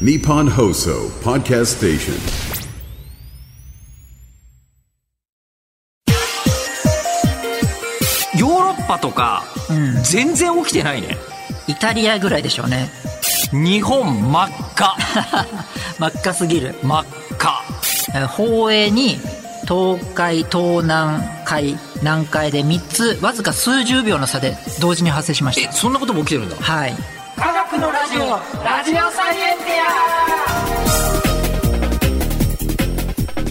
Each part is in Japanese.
Nippon Hoso Podcast Station. ヨーロッパとか、全然起きてないねイタリアぐらいでしょうね。 日本真っ赤真っ赤すぎる。真っ赤えー宝永に、東海、東南海、南海で3つ、わずか数十秒の差で同時に発生しましえた。そんなことも起きてるんだはい。科学のラジオラジオサイエンティア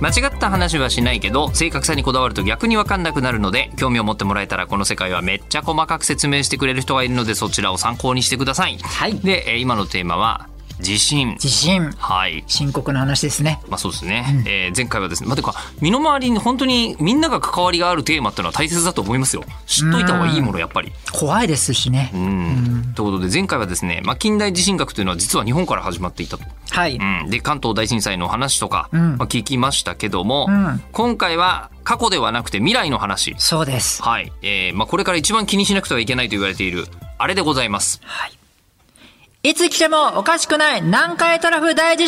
間違った話はしないけど正確さにこだわると逆に分かんなくなるので興味を持ってもらえたらこの世界はめっちゃ細かく説明してくれる人がいるのでそちらを参考にしてください、はいでえー今のテーマは地震地震。はい深刻な話ですね。まあそうですね、えー前回はですね、まあ、てか身の回りに本当にみんなが関わりがあるテーマっていうのは大切だと思いますよ知っといた方がいいものやっぱり怖いですしね。うんということで前回はですね、まあ、近代地震学というのは実は日本から始まっていたと。はい。うん、で関東大震災の話とか、んまあ、聞きましたけども、ん今回は過去ではなくて未来の話、そうです。はいえーまあ、これから一番気にしなくてはいけないと言われているあれでございますはい。いつ来てもおかしくない南海トラフ大地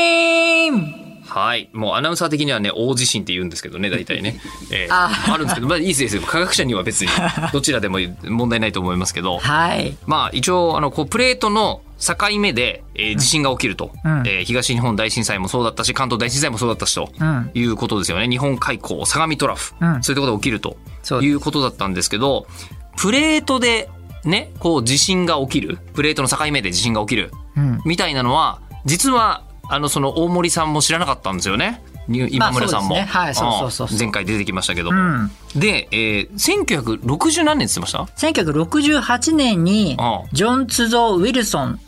震はいもうアナウンサー的にはね大地震って言うんですけどね大体ね、 えーああるんですけど、まあ、いいですよ科学者には別にどちらでも問題ないと思いますけど、はい。まあ、一応あのこうプレートの境目で、えー地震が起きると、んえー東日本大震災もそうだったし関東大震災もそうだったしと、んいうことですよね日本海溝相模トラフ、うんそういうところで起きるとそうでいすうことだったんですけどプレートでねこう地震が起きるプレートの境目で地震が起きる、うんみたいなのは実はあのその大森さんも知らなかったんですよねに今村さんも、まあそうですねはいそうそうそうそうん前回出てきましたけどうも、ん。で、えー、1960何年って言ってました1968年にああジョン・ツゾー・ウィルソン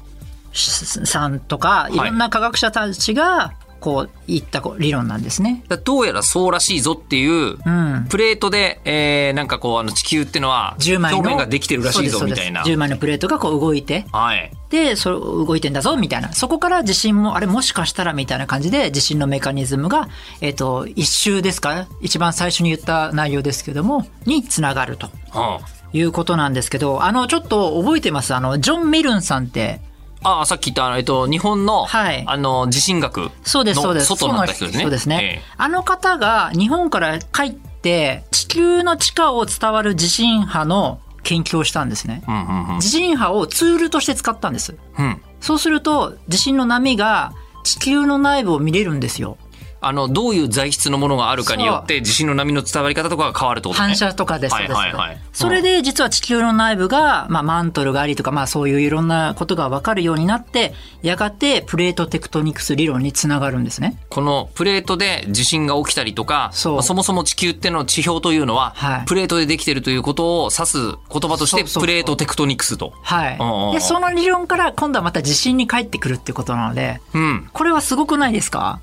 さんとかいろんな科学者たちがこう言ったこう理論なんですね。だからどうやらそうらしいぞっていう、うんプレートで、えー、なんかこうあの地球ってのは表10枚の面ができてるらしいぞそうみですたいなそうです10枚のプレートがこう動いてはいでそれ動いてんだぞみたいなそこから地震もあれもしかしたらみたいな感じで地震のメカニズムが、えっと一周ですか一番最初に言った内容ですけどもにつながるとあいうことなんですけどあのちょっと覚えてますあのジョン・ミルンさんってああさっき言った、えっと、日本の,、はいあの地震学そうです、そうのです。外になった人ですね。そうですね。ええあの方が日本から帰って、地球の地下を伝わる地震波の研究をしたんですね。うんうんうん地震波をツールとして使ったんです。うんそうすると、地震の波が地球の内部を見れるんですよ。あのどういう材質のものがあるかによって地震の波の伝わり方とかが変わるってことね。反射とかです。はいはいはいそうですそれで実は地球の内部が、まあ、マントルがありとか、まあ、そういういろんなことが分かるようになって、やがてプレートテクトニクス理論につながるんですね。このプレートで地震が起きたりとかそうまあそもそも地球ってのは地表というのは、はいプレートでできてるということを指す言葉としてそうそうそうプレートテクトニクスと。うんうんうはんい。で、その理論から今度はまた地震に返ってくるってことなので、うんこれはすごくないですか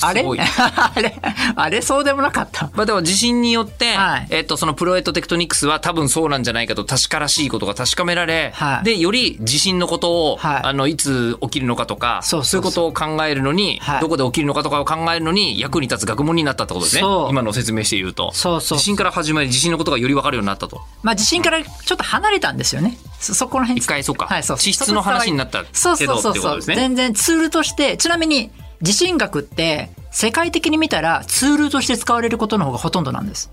あれすごい あれあれそうでもなかった。まあ、でも地震によって、はいえっと、そのプロエートテクトニクスは多分そうなんじゃないかと確からしいことが確かめられ、はいで、より地震のことを、はいあの、いつ起きるのかとか、そうそうそういうことを考えるのに、はいどこで起きるのかとかを考えるのに役に立つ学問になったってことですねそ。う今の説明して言うと。そうそう地震から始まり、地震のことがより分かるようになったと。まあ地震からちょっと離れたんですよね。そ、そこら辺。一回そうかはい、そう。地質の話になったけどそうそうそうってことそう、ですね全然ツールとして、ちなみに地震学って世界的に見たらツールとして使われることの方がほとんどなんです。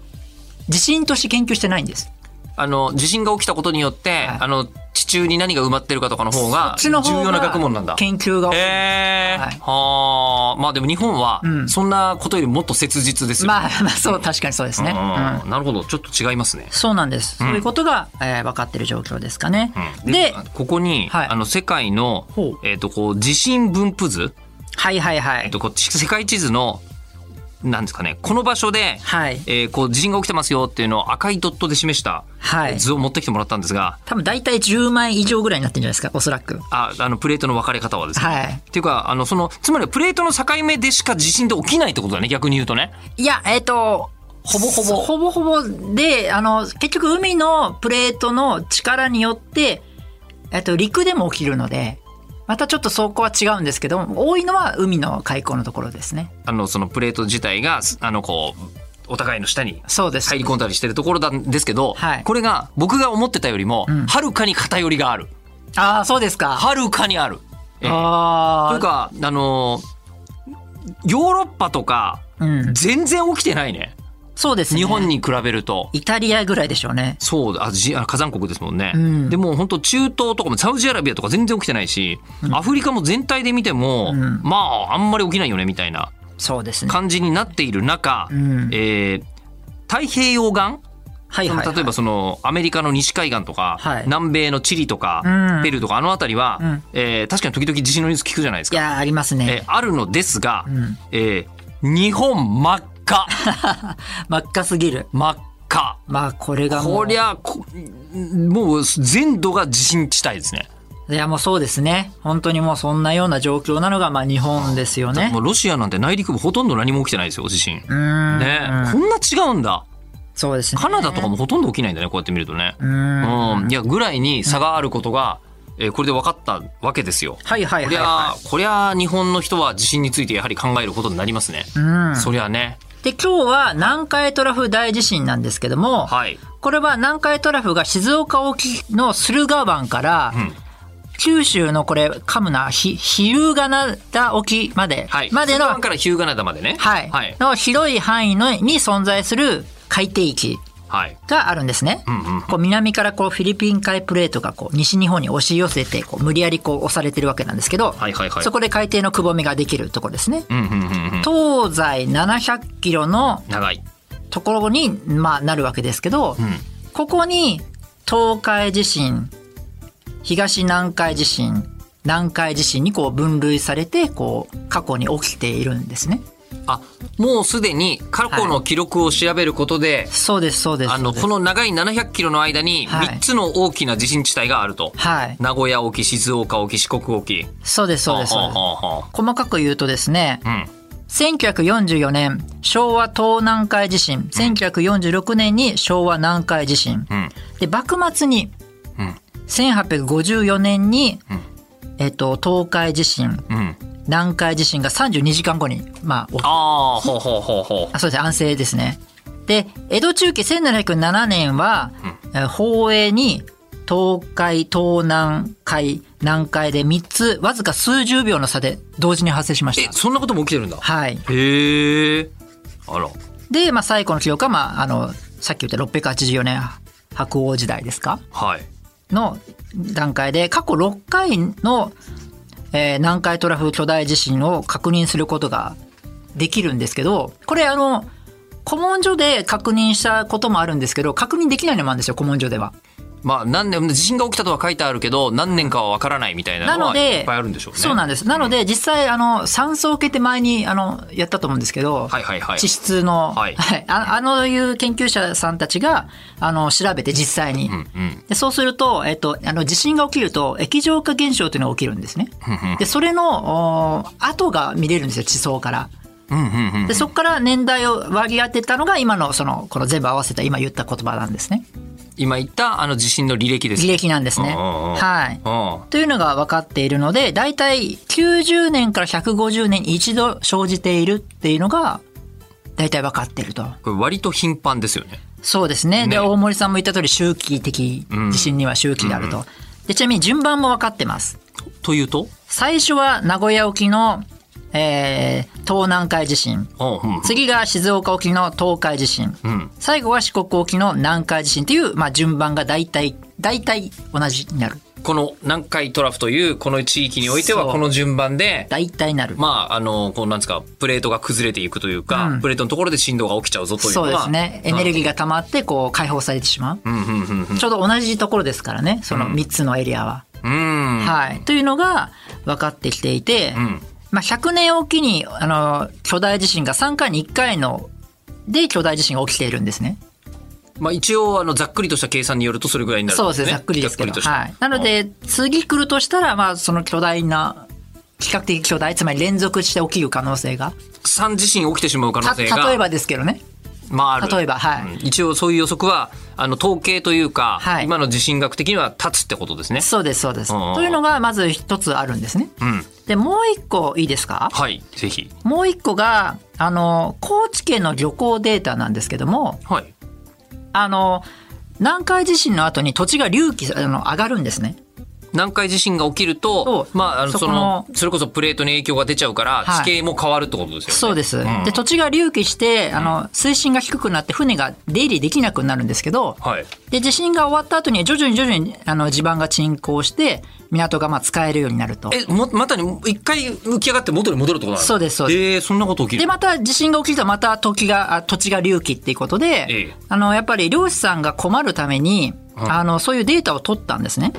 地震として研究してないんです。あの、地震が起きたことによって、はいあの、地中に何が埋まってるかとかの方が、そ重っちの方が要な学問なんだ。研究が多いええはいはあ、まあでも日本はんそんなことよりもっと切実ですよ、まあまあそう、確かにそうですね。うんうんなるほどちょっと違いますね。そうなんです。そういうことが、えー分かってる状況ですかね。で、ここに、はいあの世界のほうえっ、とこう地震分布図、はいはいはえっい。とこう地世界地図のなんですかね、この場所で、はいえーこう地震が起きてますよっていうのを赤いドットで示したはい図を持ってきてもらったんですが、多分大体10枚以上ぐらいになってるんじゃないですかおそらくああのプレートの分かれ方はですね。はいっていうか、あの、その、つまりはプレートの境目でしか地震って起きないってことだね、逆に言うとね。いやえっ、とほぼほぼほぼほぼであの結局海のプレートの力によって、えっと陸でも起きるのでまたちょっとそこは違うんですけど多いのは海の海溝のところですねあの、そのプレート自体が、すあの、こう、お互いの下にそうです入り込んだりしてるところなんですけど、はいこれが僕が思ってたよりも、はるかに偏りがある。ああそうですかはるかにある。ええといあうか、あのーヨーロッパとか、あうん全然起きてないね。そうですね日本に比べると。イタリアぐらいでしょうねそうだあじあ火山国ですもんね、んでも本当中東とかもサウジアラビアとか全然起きてないし、アフリカも全体で見ても、まああんまり起きないよねみたいなそうですね感じになっている中、んえー太平洋岸はいそはのい、はい、例えばそのアメリカの西海岸とか、はい南米のチリとか、うんペルーとかあの辺りは、んえー確かに時々地震のニュース聞くじゃないですいか、やーありますえーねあるのですが、えー日本真っ 赤真っ赤すぎる真っ赤まあこれがもうこりゃこもう全土が地震地帯ですねいやもうそうですね本当にもうそんなような状況なのがまあ日本ですよねもうロシアなんて内陸部ほとんど何も起きてないですよ地震ねこんな違うんだそうですねカナダとかもほとんど起きないんだねこうやって見るとねんうんいやぐらいに差があることが、えーこれで分かったわけですよはいはいこはいりゃ、はこりゃ日本の人は地震についてやはり考えることになりますね、そりゃねいで今日は南海トラフ大地震なんですけども、はいこれは南海トラフが静岡沖の駿河湾から、九州のこれカムナひ日向灘沖まで、はいまでのスーダンから日向灘までねはい、はい、の広い範囲のに存在する海底域はいがあるんですね。こう南からこうフィリピン海プレートがこう西日本に押し寄せてこう無理やりこう押されてるわけなんですけど、はいはいはいそこで海底のくぼみができるところですね。うんうんうんうん東西700キロの長いところに、まあ、なるわけですけど、ここに東海地震東南海地震南海地震にこう分類されてこう過去に起きているんですね。あもうすでに過去の記録を調べることで、そうですそうです。あの、このの長い700キロの間にはい3つの大きな地震地帯があると。はい名古屋沖、静岡沖、四国沖。そうですそうですそうはあです。はあは細かく言うとですね、あうん。 1944年昭和東南海地震1946年に昭和南海地震、んで幕末に、ん1854年に、えっと、東海地震うん。南海地震が32時間後に、まあ、起きああ、ほうほうほうほう。あそうです安政ですねで江戸中期1707年は、えー宝永に東海東南海南海で3つわずか数十秒の差で同時に発生しましえ、たそんなことも起きてるんだ。はいへえ。あら。で、まあ、最古の記録は、まあ、あのさっき言った684年白王時代ですかはい。の段階で過去6回の、えー南海トラフ巨大地震を確認することができるんですけどこれあの古文書で確認したこともあるんですけど確認できないのもあるんですよ古文書では。まあ、何年、地震が起きたとは書いてあるけど、何年かはわからないみたいななののはでいっぱいあるんでしょうね。そうなんんですなので実際あの三層系って前にあのやったと思うんですけど、はいはいはい地質の、はいああのいう研究者さんたちがあの調べて実際に、でそうすると、えっと、あの地震が起きると液状化現象というのが起きるんですね。でそれのお跡が見れるんですよ地層から。でそこから年代を割り当てたのが今のそのこの全部合わせた今言った言葉なんですね今言った、あの地震の履歴です。履歴なんですね。うんうんうんはい、うん。というのが分かっているので大体90年から150年に一度生じているっていうのが大体分かっているとこれ割と頻繁ですよね。そうですねでね大森さんも言った通り周期的地震には周期であると、でちなみに順番も分かってますというと最初は名古屋沖の、えー東南海地震うんうん。次が静岡沖の東海地震、ん最後は四国沖の南海地震という、まあ、順番が大体大体同じになるこの南海トラフというこの地域においてはそうこの順番で、大体なる、まあ、あの、こうなんですか、プレートが崩れていくというか、プレートのところで振動が起きちゃうぞというのそうが。ですね。エネルギーが溜まって、こう、解放されてしまう。ちょうど同じところですからね、その3つのエリアは。うん。はい。というのが分かってきていて、まあ、100年おきにあの巨大地震が3回に1回ので巨大地震が起きているんですね。まあ、一応あのざっくりとした計算によるとそれぐらいになるそんうですね、ざっくりですけざど。っくりとしたはい。なので、次来るとしたら、まあ、その巨大な、比較的巨大、つまり連続して起きる可能性が。 3自身起きてしまう可能た、性が例えばですけどね。まあある例えばはいうん一応そういう予測はあの統計というか、はい今の地震学的には立つってことですねそうです、そうです。うんうんうんというのが、まず一つあるんですね。うんで、もう一個いいですかはいぜひもう一個が、あの、高知県の旅行データなんですけども、はいあの、南海地震の後に土地が隆起、あの、上がるんですね。南海地震が起きるとそ、うまあ、あのそそこののそれこそプレートに影響が出ちゃうから、はい地形も変わるってことですよね。そうです。んで、土地が隆起して、あの、水深が低くなって船が出入りできなくなるんですけど、はい。で、地震が終わった後に徐々に徐々に、あの、地盤が沈降して、港がまあ使えるようになると。え、も、またに、一回浮き上がって元に戻るってことなのそうですそうですえー、そんなこと起きるで、また地震が起きるとまた時が、あ土地が隆起っていうことで、ええあの、やっぱり漁師さんが困るために、んあの、そういうデータを取ったんですね。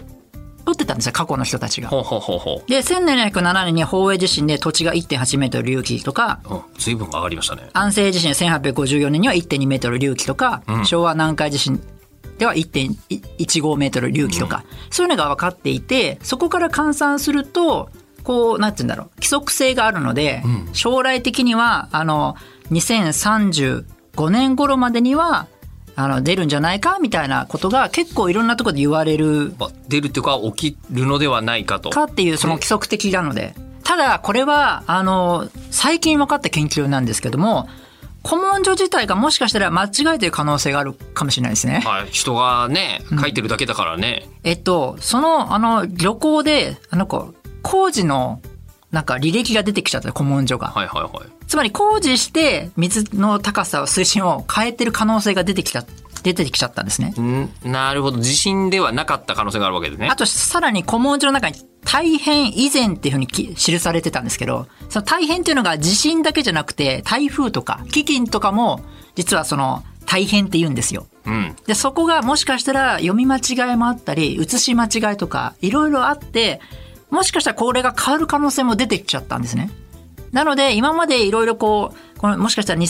取ってたんですよ、過去の人たちが。ほうほうほうほで、1707年に宝永地震で土地が1.8メートル隆起とか、う。うん、随分上がりましたね。安政地震1854年には1.2メートル隆起とか、昭和南海地震では1.15メートル隆起とか、そういうのが分かっていて、そこから換算すると、こう、なんて言うんだろう、規則性があるので、将来的には、あの、2035年頃までには、あの、出るんじゃないかみたいなことが結構いろんなところで言われるまあ、出るっていうか、起きるのではないかと。かっていうその規則的なので。ただ、これは、あの、最近分かった研究なんですけども、古文書自体がもしかしたら間違えてる可能性があるかもしれないですね。はい。人がね、書いてるだけだからね。えっと、その、あの、旅行で、あの子、工事の、なんか履歴が出てきちゃった、古文書が。はいはいはい。つまり工事して、水の高さを、水深を変えてる可能性が出てきた、出てきちゃったんですね。んなるほど。地震ではなかった可能性があるわけですねあ。と、さらに古文書の中に、大変以前っていうふうにき記されてたんですけど、その大変っていうのが地震だけじゃなくて、台風とか、飢饉とかも、実はその、大変って言うんですよ。うん。で、そこがもしかしたら読み間違いもあったり、写し間違いとか、いろいろあって、もしかしたらこれが変わる可能性も出てきちゃったんですね。なので、今までいろいろこう、このもしかしたら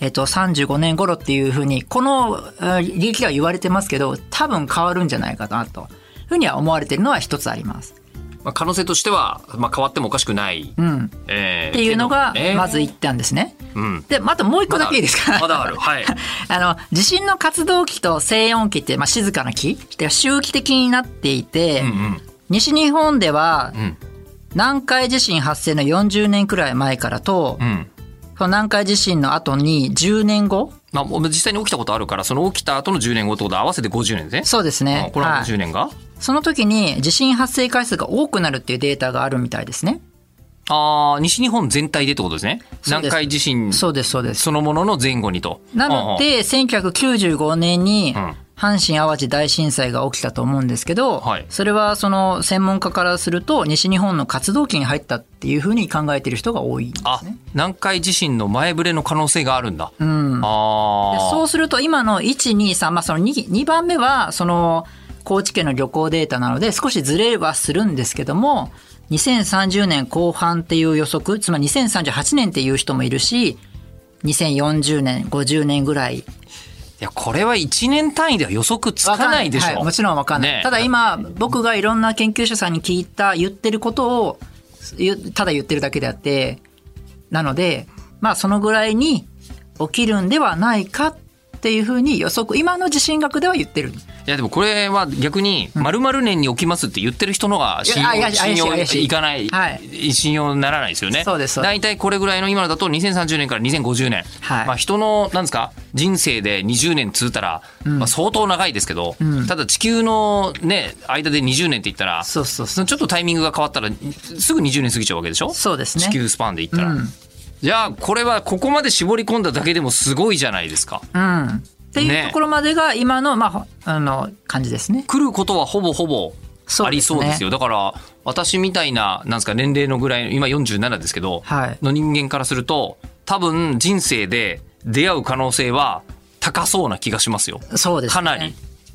2035年頃っていうふうに、このえー利益は言われてますけど、多分変わるんじゃないかなと、ふうには思われてるのは一つあります。まあ、可能性としては、まあ、変わってもおかしくない。うん。えーっていうのがけどね、まず一点ですね。うん。で、またもう一個だけいいですかまだある。 はい。あの、地震の活動期と静音期って、まあ、静かな期で周期的になっていて、うんうん。西日本ではん南海地震発生の40年くらい前からと、うん。その南海地震の後に10年後まあ、もう実際に起きたことあるから、その起きた後の10年後ってことは合わせて50年ですね。そうですねあ、これははい50年が、その時に地震発生回数が多くなるっていうデータがあるみたいですね。ああ、西日本全体でってことですね。そうです南海地震そそうです、そうです。のものの前後にと。なので、1995年にん阪神・淡路大震災が起きたと思うんですけど、はいそれはその専門家からすると、西日本の活動期に入ったっていうふうに考えてる人が多いんですああ、あね。南海地震の前触れの可能性があるんだ。うん、あであ。そうすると今の123、まあ、その 2, 2番目はその高知県の旅行データなので少しずれはするんですけども2030年後半っていう予測つまり2038年っていう人もいるし2040年50年ぐらいいや、これは1年単位では予測つかないでしょ。はいもちろんわかんない、ねえただ今僕がいろんな研究者さんに聞いた言ってることをゆただ言ってるだけであってなのでまあそのぐらいに起きるんではないかっていうふうに予測今の地震学では言ってるいやでもこれは逆に〇〇年に起きますって言ってる人のが信いや用あ怪しい信用怪しいいかない、は信用ならないですよね。そうですそうです大体これぐらいの今のだと2030年から2050年、はいまあ人のなんですか人生で20年つうたら、まあ相当長いですけど、ただ地球のね間で20年って言ったら、そうそうそそうのちょっとタイミングが変わったらすぐ20年過ぎちゃうわけでしょ。そうですね地球スパンで言ったら。うんじゃあこれはここまで絞り込んだだけでもすごいじゃないですか。うんっていうねところまでが今の、まあほ、あの感じですね。来ることはほぼほぼありそうですよ。だから、私みたいな、なんですか、年齢のぐらいの、今47ですけど、はいの人間からすると、多分人生で出会う可能性は高そうな気がしますよ。そうですねかなり。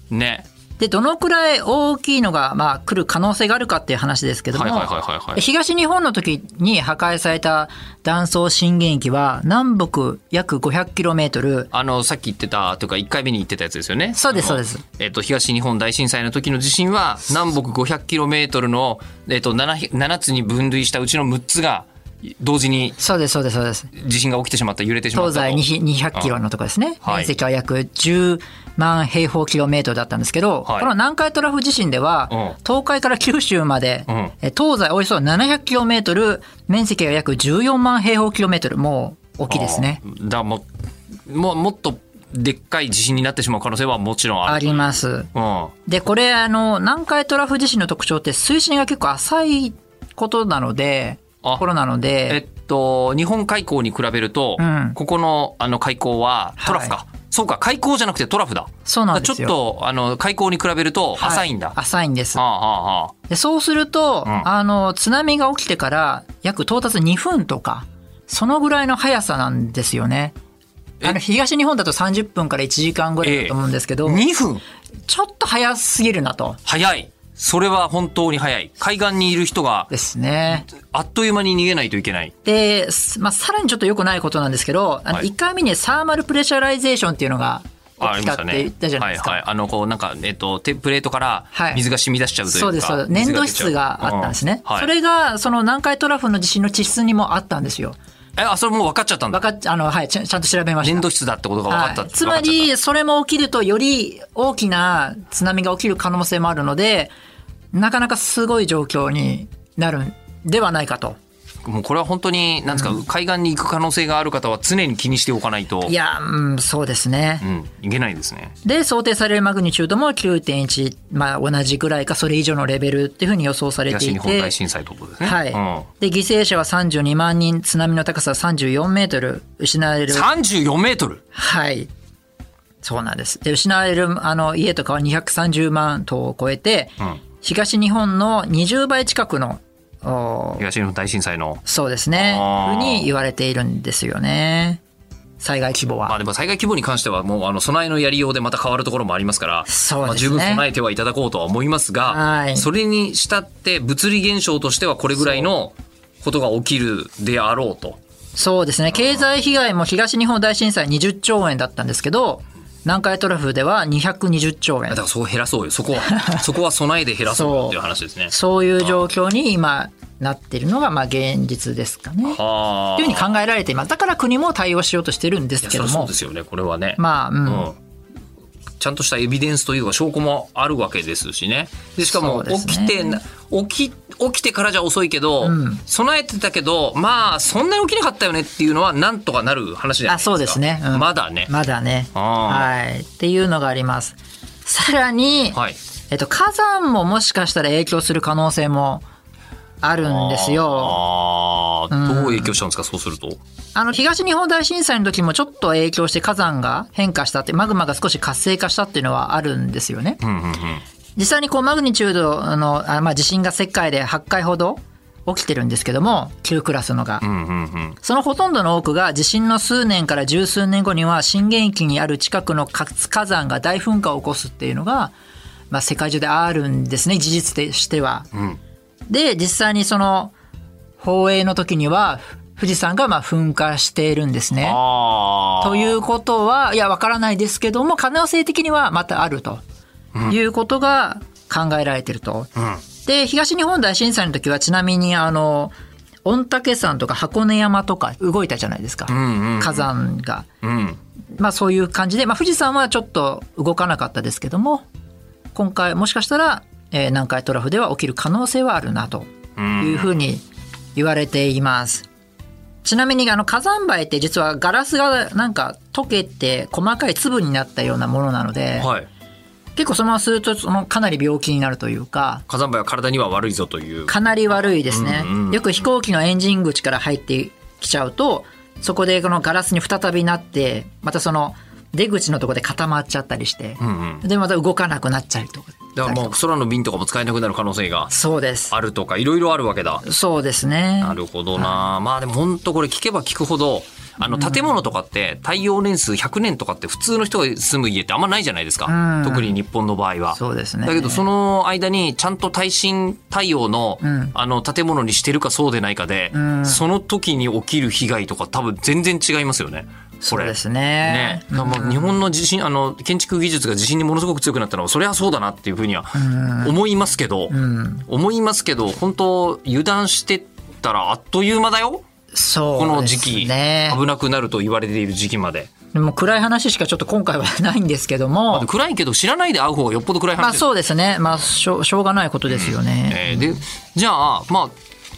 ね。で、どのくらい大きいのが、まあ、来る可能性があるかっていう話ですけども、はいはいはいはいはい東日本の時に破壊された断層震源域は、南北約 500km、あの、さっき言ってた、というか1回目に言ってたやつですよね。そうですあのそうです。えっと、東日本大震災の時の地震は、南北 500km の、えっと7、7つに分類したうちの6つが、同時にそうです、そうです、そうです。地震が起きてしまった、揺れてしまっ東たと。西にひ200キロのとこですね、はい面積は約10万平方キロメートルだったんですけど、はいこの南海トラフ地震では、うん東海から九州まで、うんえ東西およそ700キロメートル、面積が約14万平方キロメートル、もう大きいですね。あー。だからもうもう、もっとでっかい地震になってしまう可能性はもちろんあある。ります。うん。で、これ、あの、南海トラフ地震の特徴って、水深が結構浅いことなので、あところなのえで、っと、日本海溝に比べると、うんここのあの海溝はトラフか。はそうか、海溝じゃなくてトラフだ。そうなんですよだからちょっと、あの、海溝に比べると浅いんだ。はあ浅いんですあ、。ああ、でそうすると、んあの津波が起きてから約到達2分とかそのぐらいの速さなんですよね。あの東日本だと30分から1時間ぐらいだと思うんですけど、 2分ちょっと早すぎるなと。早い。それは本当に早い。海岸にいる人がですね。あっという間に逃げないといけない。で、すまあ、さらにちょっと良くないことなんですけど、あのはい1回目にサーマルプレシャライゼーションっていうのがあ起りきましたったてね。言ったじゃないですか。はいはい。あの、こう、なんか、えっと、テプレートからはい水が染み出しちゃうというか。そうです、そうです。粘土質があったんですね。うはい、それが、その南海トラフの地震の地質にもあったんですよ。え、あ、それもう分かっちゃったんわだ。かっちゃ、あの、はい、ちゃんちゃんと調べました粘。土質だってことが分かった。はい、つまりそれも起きるとより大きな津波が起きる可能性もあるのでなかなかすごい状況になるんではないかと。もうこれは本当に、なんですか、海岸に行く可能性がある方は常に気にしておかないと、いや、うん、そうですねう。ん、いけないですね。で想定されるマグニチュードも9.1、まあ、同じぐらいかそれ以上のレベルっていうふうに予想されて東い日本て大。震災ということですね。はいで犠牲者は32万人津波の高さは34メートル失われるうん、34メートルはい。そうなんです。で、失われるあの家とかは230万棟を超えて、ん東日本の20倍近くの、おー東日本大震災の。そうですねあー、ふうに言われているんですよね。災害規模は。まあでも災害規模に関してはもうあの備えのやりようでまた変わるところもありますから、そうまですあ、十ね分備えてはいただこうとは思いますが、はいそれにしたって物理現象としてはこれぐらいのことが起きるであろうと。そうですね。経済被害も東日本大震災20兆円だったんですけど、南海トラフでは220兆円だか。らそこ減らそうよ。そこは、そこは備えで減らそうよっていう話ですね。そういう状況に今なっているのが、まあ現実ですかね。はあ。というふうに考えられています。だから国も対応しようとしてるんですけそどりゃそうもで。すよね、これはね。まあ、うん。うんちゃんとしたエビデンスというか証拠もあるわけですしね。でしかもそうで起すきねてな、起き起きてからじゃ遅いけど、備えてたけどまあそんなに起きなかったよねっていうのはなんとかなる話じゃないですか。あそうですねうんまだね。まだね。あはい。っていうのがあります。さらに、はい。えっと、火山ももしかしたら影響する可能性もあるんですよ。ああどう影響したんですか、そうすると。あの、東日本大震災の時もちょっと影響して火山が変化したって、マグマが少し活性化したっていうのはあるんですよね。うんうんうん。実際にこう、マグニチュードの、あまあ、地震が世界で8回ほど起きてるんですけども、9クラスのが。うんうんうん。そのほとんどの多くが地震の数年から十数年後には震源域にある近くの活火山が大噴火を起こすっていうのが、まあ、世界中であるんですね事実としては。んで実際にその放映の時には富士山がまあ噴火しているんですね。ああ。ということは、いや、わからないですけども、可能性的にはまたあると、いうことが考えられてると、で、東日本大震災の時は、ちなみに、あの、御嶽山とか箱根山とか動いたじゃないですか。んうんうん火山が。うん。まあそういう感じで、まあ富士山はちょっと動かなかったですけども、今回もしかしたら、えー南海トラフでは起きる可能性はあるなというふうに言われています。ちなみにあの火山灰って実はガラスがなんか溶けて細かい粒になったようなものなので、はい。結構そのままするとそのかなり病気になるというか、火山灰は体には悪いぞという。かなり悪いですね、うんうんうんよく飛行機のエンジン口から入ってきちゃうとそこでこのガラスに再びなってまたその出口のとこで固まっちゃったりして、うんでまた動かなくなっちゃうとかだからもう空の便とかも使えなくなる可能性がそうですあるとか、いろいろあるわけだ。そうですねなるほどな、まあでも本当これ聞けば聞くほどあの、建物とかって、耐用年数100年とかって普通の人が住む家ってあんまないじゃないですうかん。特に日本の場合は。そうですねだけど、その間に、ちゃんと耐震対応のん、あの、建物にしてるかそうでないかでん、その時に起きる被害とか多分全然違いますよね。こそうれ。ですねね。、だからまあ日本の地震あの建築技術が地震にものすごく強くなったのはそれはそうだなっていうふうには思いますけど、思いますけど本当油断してたらあっという間だよそうこの時で期、すね。危なくなると言われている時期まででも暗い話しかちょっと今回はないんですけども、暗いけど知らないで会う方がよっぽど暗い話まあですそうですね。まあしょうしょうがないことですよね。えーでじゃあまあ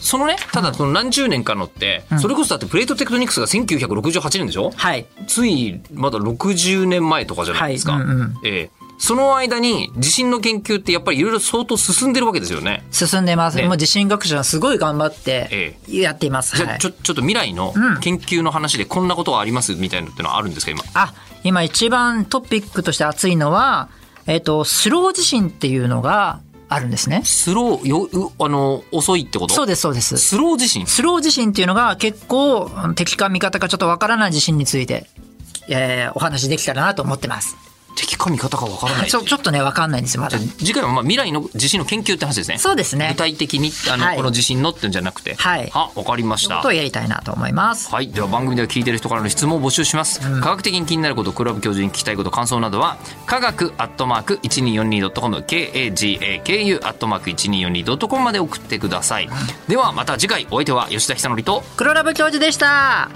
そのねただその何十年かのって、それこそだってプレートテクトニクスが1968年でしょ、はい。ついまだ60年前とかじゃないですか。はいうんうんええその間に地震の研究ってやっぱりいろいろ相当進んでるわけですよね。進んでます。ねもう地震学者はすごい頑張ってえやっています。じはゃあいちょちょっと未来の研究の話でこんなことはありますみたいなのってのはあるんですか今。あ、今一番トピックとして熱いのは、えっ、と、スロー地震っていうのがあるんですね。スローようあの遅いってことそうです、そうです。スロー地震スロー地震っていうのが結構うん敵か味方かちょっとわからない地震について、えーお話できたらなと思ってます。敵か味方かわからないちょちょっとねわかんないんですよまだ。次回はまあ未来の地震の研究って話ですね。そうですね具体的にあの、はいこの地震のってんじゃなくて。はいあわかりましちょたっ。とやりたいなと思います。はい。では番組では聞いてる人からの質問を募集します。科学的に気になること、クラブ教授に聞きたいこと、感想などは、科学アットマーク 1242.com、KAGAKU アットマーク 1242.com まで送ってください。ではまた次回、お相手は吉田久典と、黒ラブ教授でした。